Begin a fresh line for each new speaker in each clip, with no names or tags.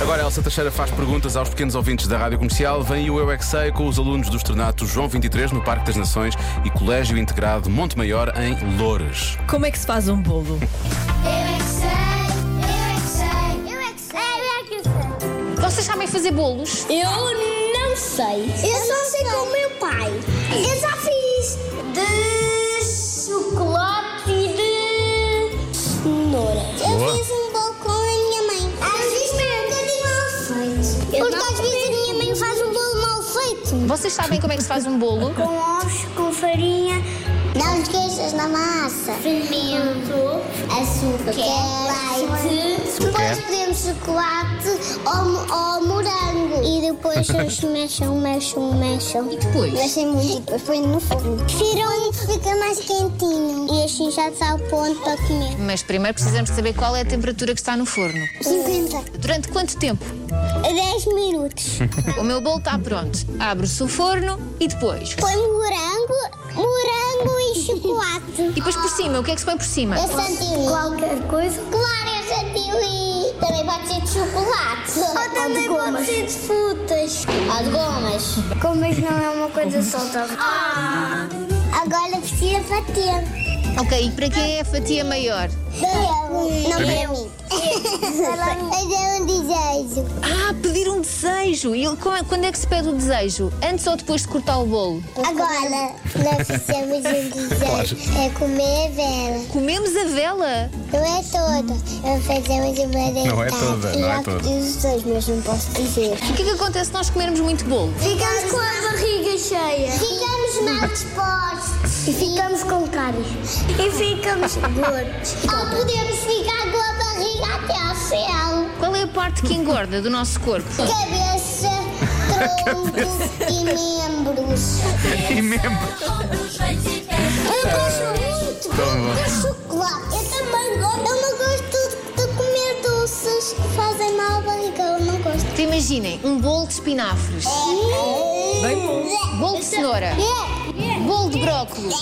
Agora Elsa Teixeira faz perguntas aos pequenos ouvintes da Rádio Comercial. Vem o Eu é Que Sei com os alunos do externato João 23 no Parque das Nações e Colégio Integrado Monte Maior em Loures.
Como é que se faz um bolo?
Vocês sabem fazer bolos?
Eu não sei.
Eu só sei com o meu pai.
Eu já fiz de chocolate e de cenoura.
Eu fiz um bolo com a minha mãe.
Às vezes foi um bocadinho mal feito. Eu
Porque às vezes a minha mãe faz um bolo mal feito.
Vocês sabem como é que se faz um bolo?
com ovos, com farinha,
Dá uns queixas na massa.
fermento,
Açúcar, leite. Depois podemos chocolate ou, ou morango. E depois eles mexam, mexam, mexam. E
depois?
Mexem muito e depois põem no fogo. Firam fica mais quentinho. E assim já está ao ponto para comer.
Mas primeiro precisamos de saber qual é a temperatura que está no forno.
50.
Durante quanto tempo?
10 minutos.
O meu bolo está pronto. Abre-se o forno e depois.
Põe morango, morango e chocolate.
E depois por cima, o que é que se põe por cima?
É santinho.
qualquer coisa.
Claro, é santinho e também pode ser de chocolate. Ou também pode ser de frutas. Ou de gomas. Ah.
Como é que não é uma coisa só, tá?
Agora precisa bater.
Ok, e para quem é a fatia maior?
Eu. Não para mim. Mas é um desejo.
Ah, pedir um desejo! E como é- quando é que se pede o desejo? Antes ou depois de cortar o bolo?
Agora, nós fizemos um desejo. É comer a vela.
Comemos a vela?
Não é toda. Eu fazemos uma dentada.
Não é toda, não é toda.
E já fiz os dois, mas não posso dizer.
O que é que acontece se nós comermos muito bolo?
Ficamos com a
Barriga cheia.
Ficamos mal dispostos. E ficamos com cáries.
E ficamos gordos.
Ou podemos ficar com a barriga até ao céu.
Qual é a parte que engorda do nosso corpo?
Cabeça, tronco e membros.
E membros.
Eu gosto muito de chocolate. Eu também gosto. Eu não gosto de comer doces que fazem mal à barriga. Eu não gosto.
Então imaginem, um bolo de espinafres,
É. Bem bom.
bolo de cenoura,
É.
bolo de brócolis.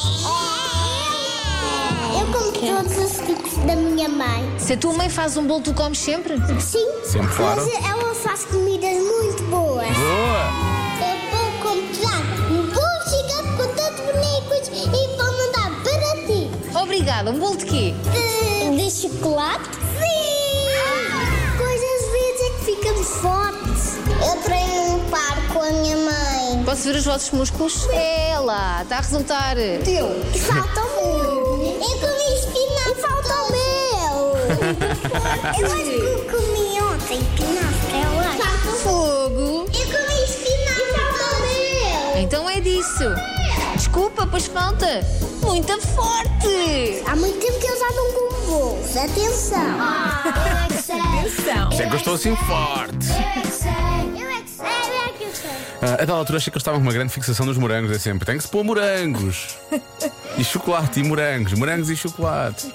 Eu como todos os tipos da minha mãe.
Se a tua mãe faz um bolo, tu comes sempre?
Sim.
Sempre claro.
Mas ela faz comidas muito boas.
Boa!
Eu vou comprar um bom gigante com tantos bonecos e vou mandar para ti.
Obrigada, um bolo de quê?
De, chocolate? Sim! Coisas verdes é que ficam fortes. Eu treino um par com a minha mãe.
Posso ver os vossos músculos? É lá, está a resultar.
Teu. E falta o meu. Eu comi espinafre. E falta o meu. Eu acho que eu comi ontem espinafre, eu acho. Eu
Fogo!
comi espinafre. E falta o meu.
Então é disso. Desculpa, pois falta. Muito forte!
Há muito tempo que eu já não como bolos. Atenção. Ah, eu é que sei.
Já gostou assim forte.
Eu é que sei. Eu é que sei. Eu é que eu sei.
Ah, a dada altura achei que eles estavam com uma grande fixação dos morangos. É sempre, tem que se pôr morangos. E chocolate e morangos. Morangos e chocolate.